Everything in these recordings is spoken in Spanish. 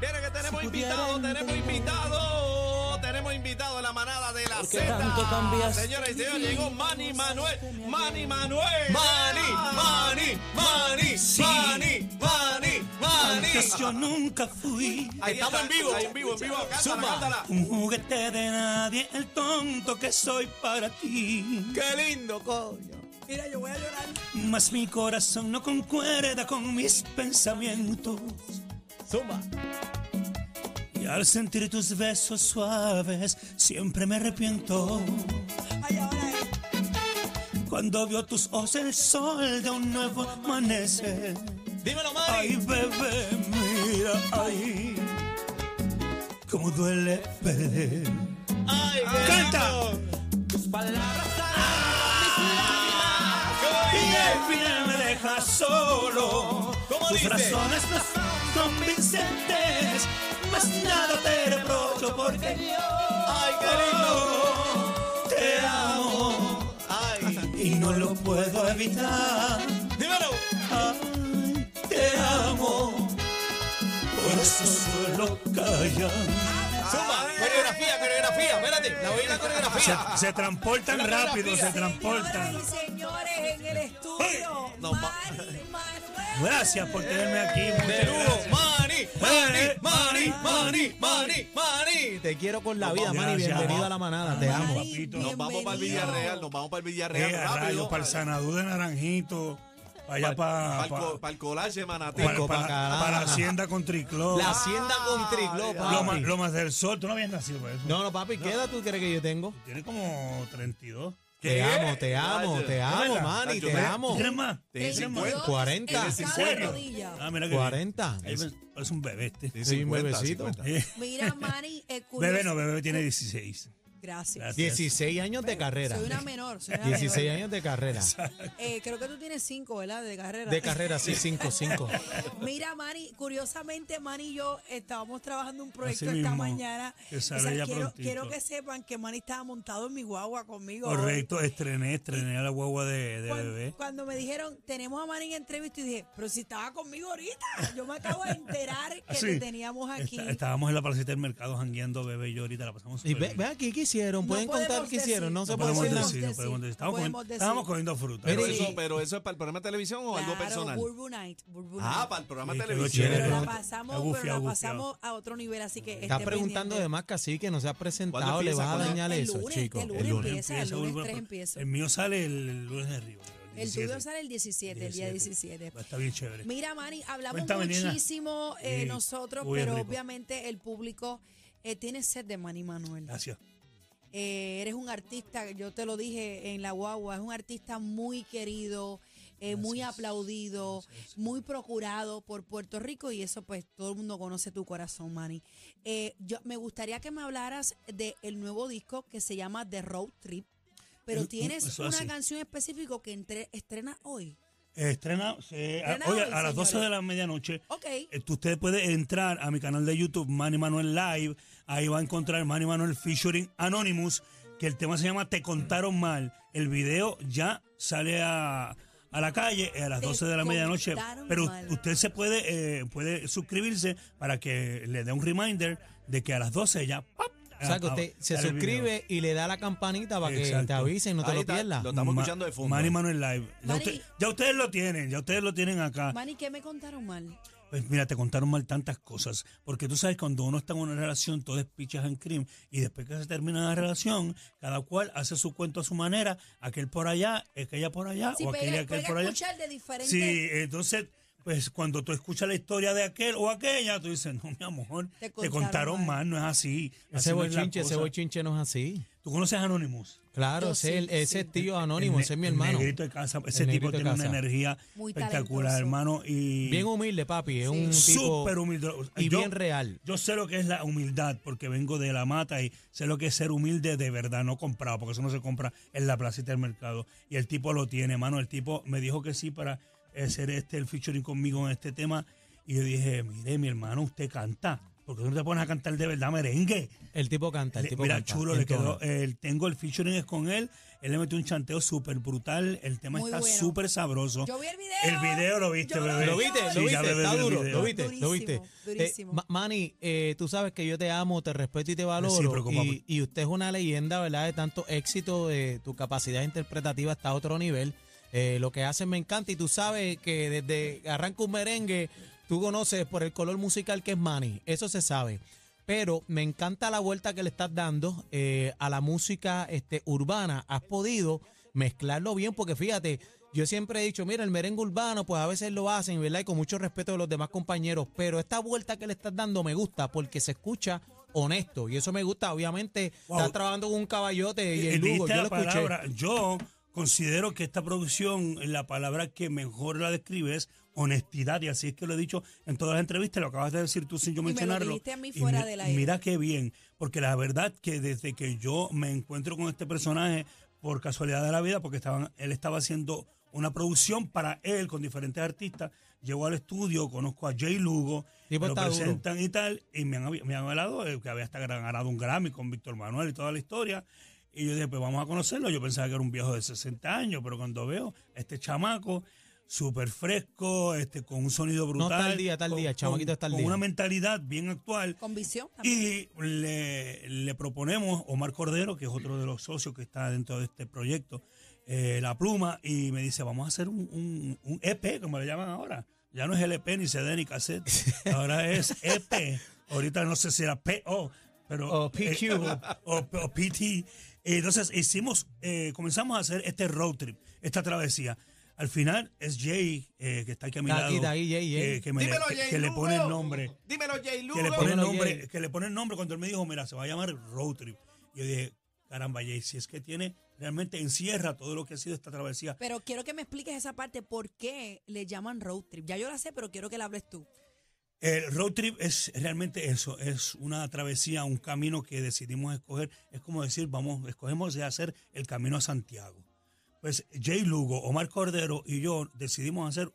Viene que tenemos Si pudiera invitado, tenemos entender. invitado. Tenemos invitado a la manada de la ¿Por qué Z. tanto cambias? Señores y señores, llegó Manny Manuel. Manny Manuel. Mani, mani, mani, mani, mani, mani. Antes yo nunca fui Ahí Estamos está, en vivo. ahí en vivo, en vivo. Cántala, Zumba. cántala. un juguete de nadie, el tonto que soy para ti. Qué lindo, coño. Mira, yo voy a llorar. Mas mi corazón no concuerda con mis pensamientos. Zumba. Y al sentir tus besos suaves, siempre me arrepiento. Cuando vio tus ojos el sol de un nuevo amanecer. Dímelo, Mani. Ay, bebé, mira ahí. Cómo duele perder. Ay, Canta. Tus palabras Y al final me dejas solo. ¿Cómo Tus dice? razones no son convincentes. Más nada te reprocho porque yo Ay, qué lindo. te amo Ay. y no lo puedo evitar. Dímelo. Ay, te amo. Por eso suelo callar. Zumba. Coreografía, coreografía. Espérate. La voy a ir a la coreografía. Se transportan rápido, se transportan. Señoras y señores en el estudio. No, Mari ma- Manuel. Gracias por tenerme aquí. De muchas nuevo, gracias. Mani, Mani, Mani, Mani, Mani, Mani. Te quiero con la vida, Mani. Gracias, Bienvenido amor. a la manada. Te amo. Mari, papito. Nos vamos para el bienvenido. Villarreal, nos vamos para el Villarreal. Eh, a rayos, rápido. para el Sanadú de Naranjito, allá para, Para el co- para el collage de Manatí. Pico, pa' Carana. la Hacienda con Tricló, La hacienda con Ah, Tricló, lo, ma- papi. lo más del Sol. Tú no habías nacido para eso. No, no, papi, ¿qué edad tú crees que yo tengo? Tienes como 32. Te amo, te amo, te amo, Venga, Mani, Nacho, te ven. amo. ¿Tienes más? Tienes ¿Tienes más? 50. 40. En ¿En cada serio? rodilla. Ah, mira que bien. 40. Ahí ves, Es un bebé este. Sí, Sí, un 50, bebecito. 50. Eh, Mira, Mari, es curioso. Bebé no, bebé tiene 16. Gracias. Gracias. 16 años de carrera. Soy una menor. Soy una 16 menor. años de carrera. Eh, creo que tú tienes cinco, ¿verdad? De carrera. De carrera, sí, 5, 5. Mira, Mari, curiosamente, Mari y yo estábamos trabajando un proyecto Así esta mismo, mañana. que sale ya quiero, prontito. quiero que sepan que Mari estaba montado en mi guagua conmigo. hoy. Correcto, estrené, estrené a la guagua de, de Cuando, bebé. cuando me dijeron, tenemos a Mari en entrevista, y dije, pero si estaba conmigo ahorita, yo me acabo de enterar que Así. te teníamos aquí. Ah, Está- estábamos en la placita del mercado jangueando bebé y yo ahorita la pasamos Y súper ve, bien. ve aquí qué hicieron. No Pueden contar podemos qué hicieron. decir. No se No puede decir podemos podemos nada. decir, no decir, podemos decir. Estamos, podemos comiendo- decir. estábamos comiendo fruta. Pero, Sí. eso, pero eso es para el programa de televisión o algo Claro, personal. Burbu Night. Burbu Ah, Night. para el programa Sí, de quedó televisión. chévere. Pero la Pero- pasamos, ha gufiado, pero la gufiado. pasamos a otro nivel, así que Estás esté preguntando Este pendiente. de más casi que no se ha presentado. ¿Cuándo Le vas a empieza? dañar El eso, lunes, chico. el lunes. El empieza, el lunes vuelve a- tres empieza. El mío sale el, el lunes de arriba. creo, El 17. tuyo sale el 17, el día 17. Va a estar bien chévere. Mira, Mari, hablamos Cuéntame, nena. muchísimo eh, Sí, nosotros, muy pero rico. obviamente el público eh, tiene sed de Manny Manuel. Gracias. Eh, eres un artista, yo te lo dije en la guagua, es un artista muy querido, eh, muy aplaudido, muy procurado por Puerto Rico y eso pues todo el mundo conoce tu corazón, Manny. Eh, yo, me gustaría que me hablaras del el nuevo disco que se llama The Road Trip, pero El- tienes eso una así. canción específica que entre, estrena hoy. Eh, Estrena, eh, a- Estrena hoy a, hoy, a las 12 de señores. la medianoche. Ok. eh, tú- Usted puede entrar a mi canal de YouTube, Manny Manuel Live. Ahí va a encontrar Manny Manuel featuring Anonymous, que el tema se llama Te contaron mal. El video ya sale a, a la calle eh, a las Te 12 de la medianoche. contaron Pero mal. usted se puede, eh, puede suscribirse para que le dé un reminder de que a las 12 ya... ¡pap! O sea, que usted a- se sale Ah, el video. suscribe y le da la campanita para que te Exacto. avisen, no te Ahí lo está, pierdas. lo- estamos escuchando de fondo. Manny Manuel Live. Ya, Manny- usted- ya ustedes lo tienen, ya ustedes lo tienen acá. Manny, ¿qué me contaron mal? Pues mira, te contaron mal tantas cosas. Porque tú sabes, cuando uno está en una relación, todo es pichas en crimen. Y después que se termina la relación, cada cual hace su cuento a su manera. Aquel por allá, aquella por allá, Si o aquel y pega, aquel pega por allá. escuchar de diferentes... Sí, entonces, pues cuando tú escuchas la historia de aquel o aquella, tú dices, no, mi amor, te Te contaron contaron mal". mal, no es así. Ese Así no es la bochinche, ese cosa. bochinche no es así. ¿Tú conoces a Anonymous? Claro, Yo ese, sí, el- ese sí. tío anónimo, El ese es mi ne- hermano. El negrito de casa. Ese El negrito tipo de tiene una casa. energía Muy espectacular, talentoso. hermano. Y Bien humilde, papi. Es Sí. un tipo súper humilde. O sea, y yo- bien real. Yo sé lo que es la humildad porque vengo de la mata y sé lo que es ser humilde de verdad, no comprado, porque eso no se compra en la placita del mercado. Y el tipo lo tiene, mano. El tipo me dijo que sí para eh, hacer este el featuring conmigo en este tema. Y yo dije, mire, mi hermano, usted canta. Porque tú no te pones a cantar de verdad merengue. El tipo canta, el Le- tipo Mira, canta. chulo, le entona. quedó. el- tengo el featuring es con él. Él le metió un chanteo súper brutal. El tema Muy está bueno. súper sabroso. Yo vi el video. El video lo viste, Yo bebé. vi, Lo viste, yo Sí, lo ya viste, bebé está vi el duro, video. lo viste, Durísimo, lo viste. Eh, durísimo. Ma- Manny, eh, tú sabes que yo te amo, te respeto y te valoro. Recíproco, y, papi. y usted es una leyenda, ¿verdad? De tanto éxito, de tu capacidad interpretativa está a otro nivel. Eh, lo que haces me encanta y tú sabes que desde Arranca un merengue, tú conoces por el color musical que es Manny, eso se sabe. Pero me encanta la vuelta que le estás dando eh, a la música este, urbana. Has podido mezclarlo bien porque fíjate, yo siempre he dicho, mira, el merengue urbano, pues a veces lo hacen, ¿verdad? Y con mucho respeto de los demás compañeros, pero esta vuelta que le estás dando me gusta porque se escucha honesto y eso me gusta. Obviamente, Wow. estás trabajando con un caballote y Eh, el Lugo, yo diste la lo escuché. palabra. Yo considero que esta producción, la palabra que mejor la describe es honestidad. Y así es que lo he dicho en todas las entrevistas, lo acabas de decir tú sin yo me lo mencionarlo. dijiste a mí Y fuera mi- del aire. Mira qué bien, porque la verdad que desde que yo me encuentro con este personaje, por casualidad de la vida, porque estaban, él estaba haciendo una producción para él con diferentes artistas, llego al estudio, conozco a Jay Lugo, Tipo lo está duro. presentan y tal, y me han, habi- me han hablado eh, que había hasta ganado un Grammy con Víctor Manuel y toda la historia. Y yo dije, pues vamos a conocerlo. Yo pensaba que era un viejo de 60 años, pero cuando veo a este chamaco, súper fresco, este, con un sonido brutal. está al día, está al con- día, con- chamaquito está al con día. una mentalidad bien actual. Con visión también. Y le, le proponemos Omar Cordero, que es otro de los socios que está dentro de este proyecto, eh, La Pluma, y me dice, vamos a hacer un, un- un EP, como le llaman ahora. Ya no es LP, ni CD, ni cassette. Ahora es EP. Ahorita no sé si era PO, pero... eh, O PQ. o, o PT. Entonces hicimos, eh, comenzamos a hacer este road trip, esta travesía. Al final es Jay, eh, que está aquí a mi Está aquí, lado, está ahí, Jay, Jay. Que, que me- Dímelo, que- Jay que le Lugo. pone el nombre Dímelo, J. que le Lugo. pone el Dímelo, nombre, Jay. que le pone el nombre cuando él me dijo, mira, se va a llamar Road Trip. Yo dije, caramba, Jay, si es que tiene, realmente encierra todo lo que ha sido esta travesía. Pero quiero que me expliques esa parte, ¿por qué le llaman road trip? Ya yo la sé, pero quiero que la hables tú. El road trip es realmente eso, es una travesía, un camino que decidimos escoger. Es como decir, vamos, escogemos de hacer el camino a Santiago. Pues Jay Lugo, Omar Cordero y yo decidimos hacer,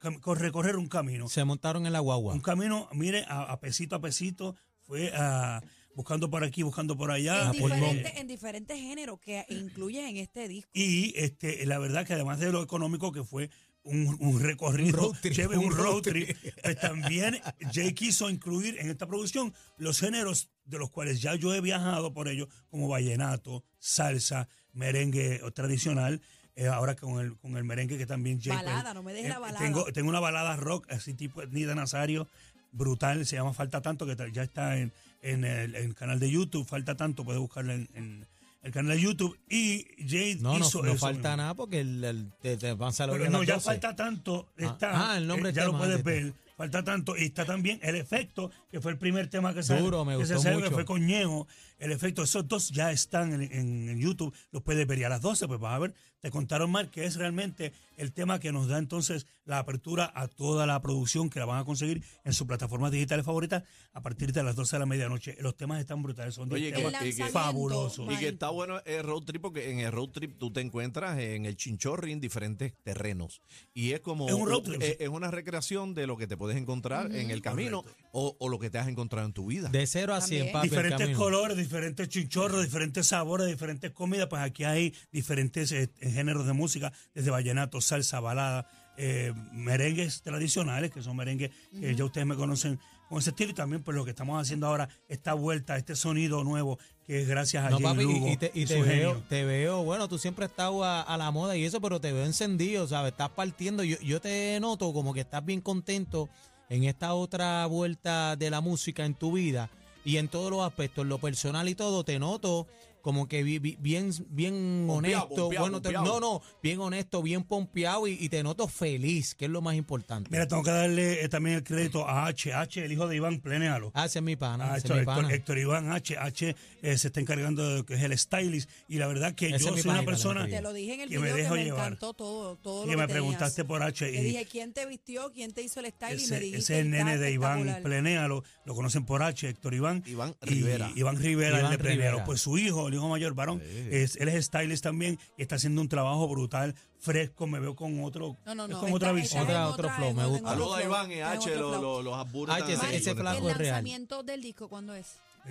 cam- recorrer un camino. Se montaron en la guagua. Un camino, mire, a, a pesito a pesito, fue ah, buscando por aquí, buscando por allá. Eh, en, Ah, por- diferentes, en diferentes géneros que incluyen en este disco. Y este, la verdad que además de lo económico que fue un, un recorrido, Un road trip, chévere, un un road road trip, pues también Jay quiso incluir en esta producción los géneros de los cuales ya yo he viajado por ellos, como vallenato, salsa, merengue eh, tradicional. eh, ahora con el, con el merengue que también Jay... pues, eh, Balada, no me dejes la balada. Tengo, tengo una balada rock, así tipo Nida Nazario, brutal, se llama Falta Tanto, que ta- ya está en, en el, en el canal de YouTube, Falta Tanto, puedes buscarla en, en el canal de YouTube. Y Jay No, no, hizo no eso falta mismo. nada porque el, el- te, te van a salir Pero a no, las ya 12. falta tanto. Está, ah, el nombre eh, ya del tema, lo puedes del ver. Falta tanto. Y está también el efecto, que fue el primer tema que salió. Duro, me que se gustó salió, mucho. Que fue con Ñejo. El efecto, esos dos ya están en, en- en YouTube. Los puedes ver. Y a las 12, pues vas a ver, te contaron mal, que es realmente el tema que nos da entonces la apertura a toda la producción que la van a conseguir en sus plataformas digitales favoritas a partir de las 12 de la medianoche. Los temas están brutales. Son diez Oye, temas. que- El y que- lanzamiento, Fabuloso. Y que Manny. está bueno el road trip porque en el road trip tú te encuentras en el chinchorri en diferentes terrenos. Y es como. Es un road trip, Es, sí. es una recreación de lo que te puedes encontrar en el camino o, o lo que te has encontrado en tu vida. De 0 a 100, También. papi. el diferentes camino. colores, diferentes chinchorros, diferentes sabores, diferentes comidas. Pues aquí hay diferentes eh, géneros de música, desde vallenato, salsa, balada, eh, merengues tradicionales, que son merengues que ya ustedes me conocen con ese estilo. Y también, pues lo que estamos haciendo ahora, esta vuelta, este sonido nuevo, que es gracias a No, Jay papi, Lugo. y, y te, y y te su veo, genio. te veo, bueno, tú siempre has estado a, a la moda y eso, pero te veo encendido, ¿sabes? Estás partiendo, yo, yo te noto como que estás bien contento en esta otra vuelta de la música en tu vida y en todos los aspectos, en lo personal y todo, te noto como que bi- bi- bien, bien honesto, pompeado, bueno, te- pompeado. no, no, bien honesto, bien pompeado y, y te noto feliz, que es lo más importante. Mira, tengo que darle eh, también el crédito a H, H, el hijo de Iván, plenéalo. Ah, ese es mi pana, Ah, ese Héctor, es mi Héctor- pana. Héctor Iván H. H eh, se está encargando de lo que es el stylist. Y la verdad que Ese es yo mi soy una panita, persona Héctor Te Iván. lo dije en el que me video dejo que me llevar. encantó todo, todo lo que que me tenías. preguntaste por H. Te y- dije quién te vistió, quién te hizo el style y Ese, me dijiste ese es el que estaba nene de Iván espectacular. Plenéalo, lo conocen por H, Héctor Iván. Iván y- Rivera. Iván Rivera, Iván el de Plenéalo. Rivera. Pues su hijo, el hijo mayor, varón. Es, él es stylist también y está haciendo un trabajo brutal, fresco. Me veo con otro, No, no, es no. con otra esta- visión. esta es Otra- otro en flow, me en gusta. otro Saludos a flow, Iván y está en H, otro lo- flow. lo- los aburtan. H, ese- ahí ese con el- flaco ¿El es real. lanzamiento del disco cuándo es?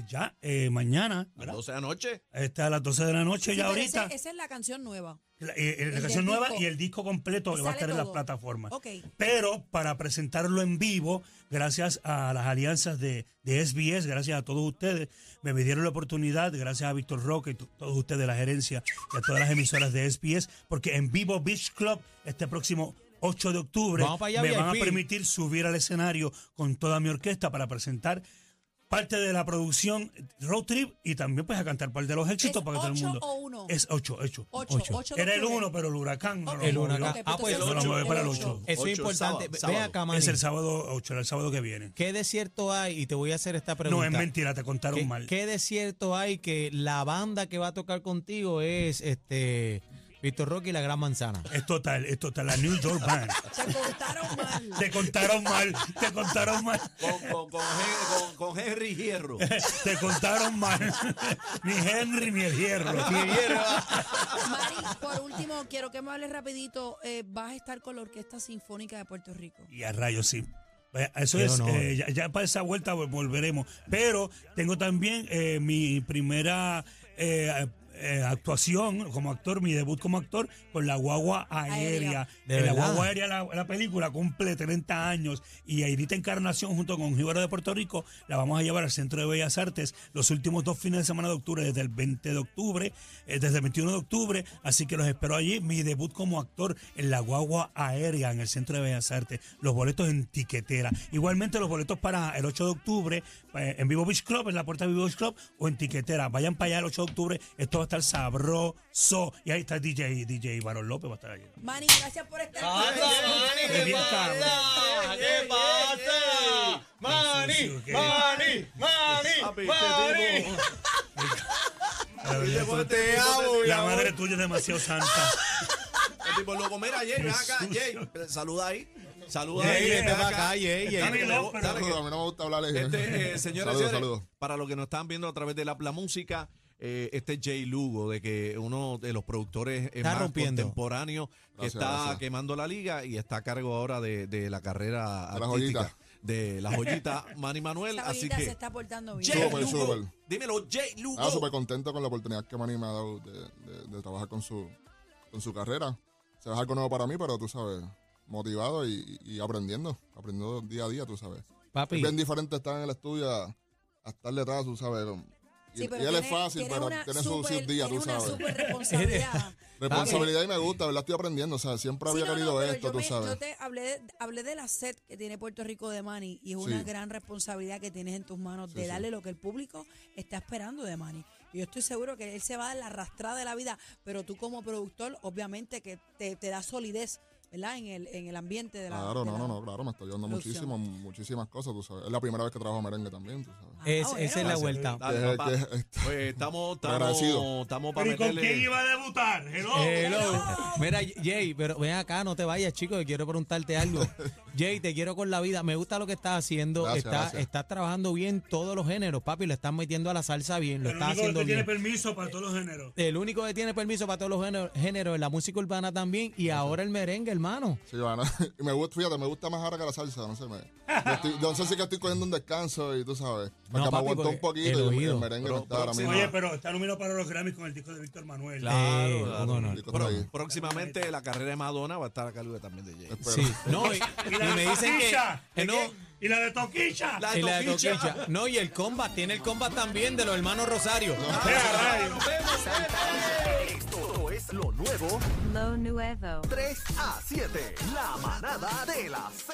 Ya, eh, mañana, A ¿verdad? 12 de la noche. Está a las 12 de la noche Sí, ya pero ahorita. ese- Esa es la canción nueva. la, eh, eh, la el canción del nueva disco. y el disco completo Y va a sale estar en las todo. plataformas. Ok. Pero para presentarlo en vivo, gracias a las alianzas de, de SBS, gracias a todos ustedes, me dieron la oportunidad, gracias a Víctor Roque, y to- todos ustedes, la gerencia y a todas las emisoras de SBS, porque en vivo Beach Club este próximo 8 de octubre Vamos para allá, me van a VIP. permitir subir al escenario con toda mi orquesta para presentar parte de la producción Road Trip y también pues a cantar parte de los éxitos ¿Es para que todo el ocho mundo... o uno? Es 8, 8. Ocho, ocho de Era el octubre. 1, pero el huracán no Ok. lo El movió. huracán. Ah, pues No lo entonces, mueve para el el 8. ocho. Eso Ocho, es el importante. sábado, Ve- sábado. Ve acá, Manny. Es el sábado 8, el sábado que viene. ¿Qué desierto hay? Y te voy a hacer esta pregunta. No, es mentira, te contaron ¿Qué, mal. qué desierto hay que la banda que va a tocar contigo es este Víctor Roque y la Gran Manzana? Es total, es total. La New York Band. Se contaron mal. te contaron mal, te contaron mal. Con, con, con, Hen- con- con Henry Hierro. Te contaron mal. Ni Henry ni el hierro. Mari, por último, quiero que me hables rapidito. eh, vas a estar con la Orquesta Sinfónica de Puerto Rico. Y a rayos, sí. Vaya, Eso Qué es, honor. eh, ya, ya para esa vuelta vol- volveremos. Pero tengo también eh, mi primera eh, eh, actuación como actor, mi debut como actor con la guagua aérea. Aérea. ¿De Eh, la verdad? guagua aérea, la, la película cumple 30 años y Airita Encarnación junto con Jíbaro de Puerto Rico la vamos a llevar al Centro de Bellas Artes los últimos dos fines de semana de octubre, desde el 20 de octubre, eh, desde el 21 de octubre. Así que los espero allí. Mi debut como actor en la guagua aérea en el Centro de Bellas Artes. Los boletos en tiquetera. Igualmente los boletos para el 8 de octubre eh, en Vivo Beach Club, en la puerta de Vivo Beach Club o en tiquetera. Vayan para allá el 8 de octubre. Esto va a estar sabroso. Y ahí está DJ, DJ Barón López va a estar allí. Mari, gracias por estar aquí. Es bien caro. ¿Qué pasa? Sí, sí, ok. Papi, este tipo- La verdad, tipo tú- te amo, mi La amor. madre tuya es demasiado santa. El este tipo loco, mira, Jay, ven acá, Jay. Saluda ahí. Saluda Jay, ahí. vente ven pa' acá, Jay. Dale, no, pero- Saludos, a mí no me gusta hablar de Este, eh, señoras y señores, Saludos, saludos. para los que nos están viendo a través de la, la música, eh, este es Jay Lugo, de que uno de los productores eh, Está más rompiendo. contemporáneos que Gracias, está gracias. quemando la liga y está a cargo ahora de, de la carrera De la artística joyita. de la joyita Manny Manuel. Esta Así vida se que, está portando bien. Jay Súper, Lugo, súper. dímelo, Jay Lugo. Nada, súper contento con la oportunidad que Manny me ha dado de, de- de trabajar con su, con su carrera. Se algo nuevo para mí, pero tú sabes, motivado y, y aprendiendo, aprendiendo día a día, tú sabes. Es Papi, bien diferente estar en el estudio a, a estar detrás, tú sabes. Y, Sí, y pero él es tienes- fácil, tienes pero una tiene su- sus super- días, tú tienes una sabes. super responsabilidad. Responsabilidad y me gusta, ¿verdad? Estoy aprendiendo, o sea, siempre Sí, había no, no, querido pero esto, yo tú me- sabes. Yo te hablé, de- hablé de la sed que tiene Puerto Rico de Manny y es una Sí. gran responsabilidad que tienes en tus manos Sí, de sí. darle lo que el público está esperando de Manny. Y Yo estoy seguro que él se va a dar la arrastrada de la vida, pero tú como productor, obviamente que te, te da solidez, ¿verdad? En el, en el ambiente de la. Claro, de no, la- no, no, claro, me está ayudando producción. muchísimo, muchísimas cosas, tú sabes. Es la primera vez que trabajo merengue también, tú sabes. es- Ah, bueno. esa es la vuelta. Dale, Que- papá. que- Pues estamos, Agradecido. estamos, estamos para ¿Pero ¿y con meterle. quién iba a debutar? Hello. Hello. Mira, Jay, pero ven acá, no te vayas, chico, que quiero preguntarte algo. Jay, te quiero con la vida. Me gusta lo que estás haciendo. Gracias, estás, gracias. estás trabajando bien todos los géneros, papi. Lo estás metiendo a la salsa bien, lo El estás único que haciendo te tiene bien. permiso para todos los géneros. El único que tiene permiso para todos los géneros, géneros, la música urbana también y ahora el merengue, hermano. Sí, bueno. Y me gusta, fíjate, me gusta más ahora que la salsa, no sé. Me, me estoy- yo no sé si que estoy cogiendo un descanso y tú sabes. Porque No, me papi, aguantó un porque el poquito y el, oído. merengue Pero no está ahora próximo- mismo. Oye, pero está nominado para los Grammys con el disco de Víctor Manuel. Claro, Eh, claro. no, no, Rico Pro- está ahí. próximamente la carrera de Madonna va a estar a cargo también de Jay. Espero. Sí. No, y, Y pues, la y de me dicen que, Eh, Toquicha. que no. ¿Y la de Toquicha? La- Y la de Toquicha. Toquicha. No, y el combat, tiene el combat también de los hermanos Rosario. Esto es lo nuevo Lo Nuevo. 3 a 7. La manada de la Z.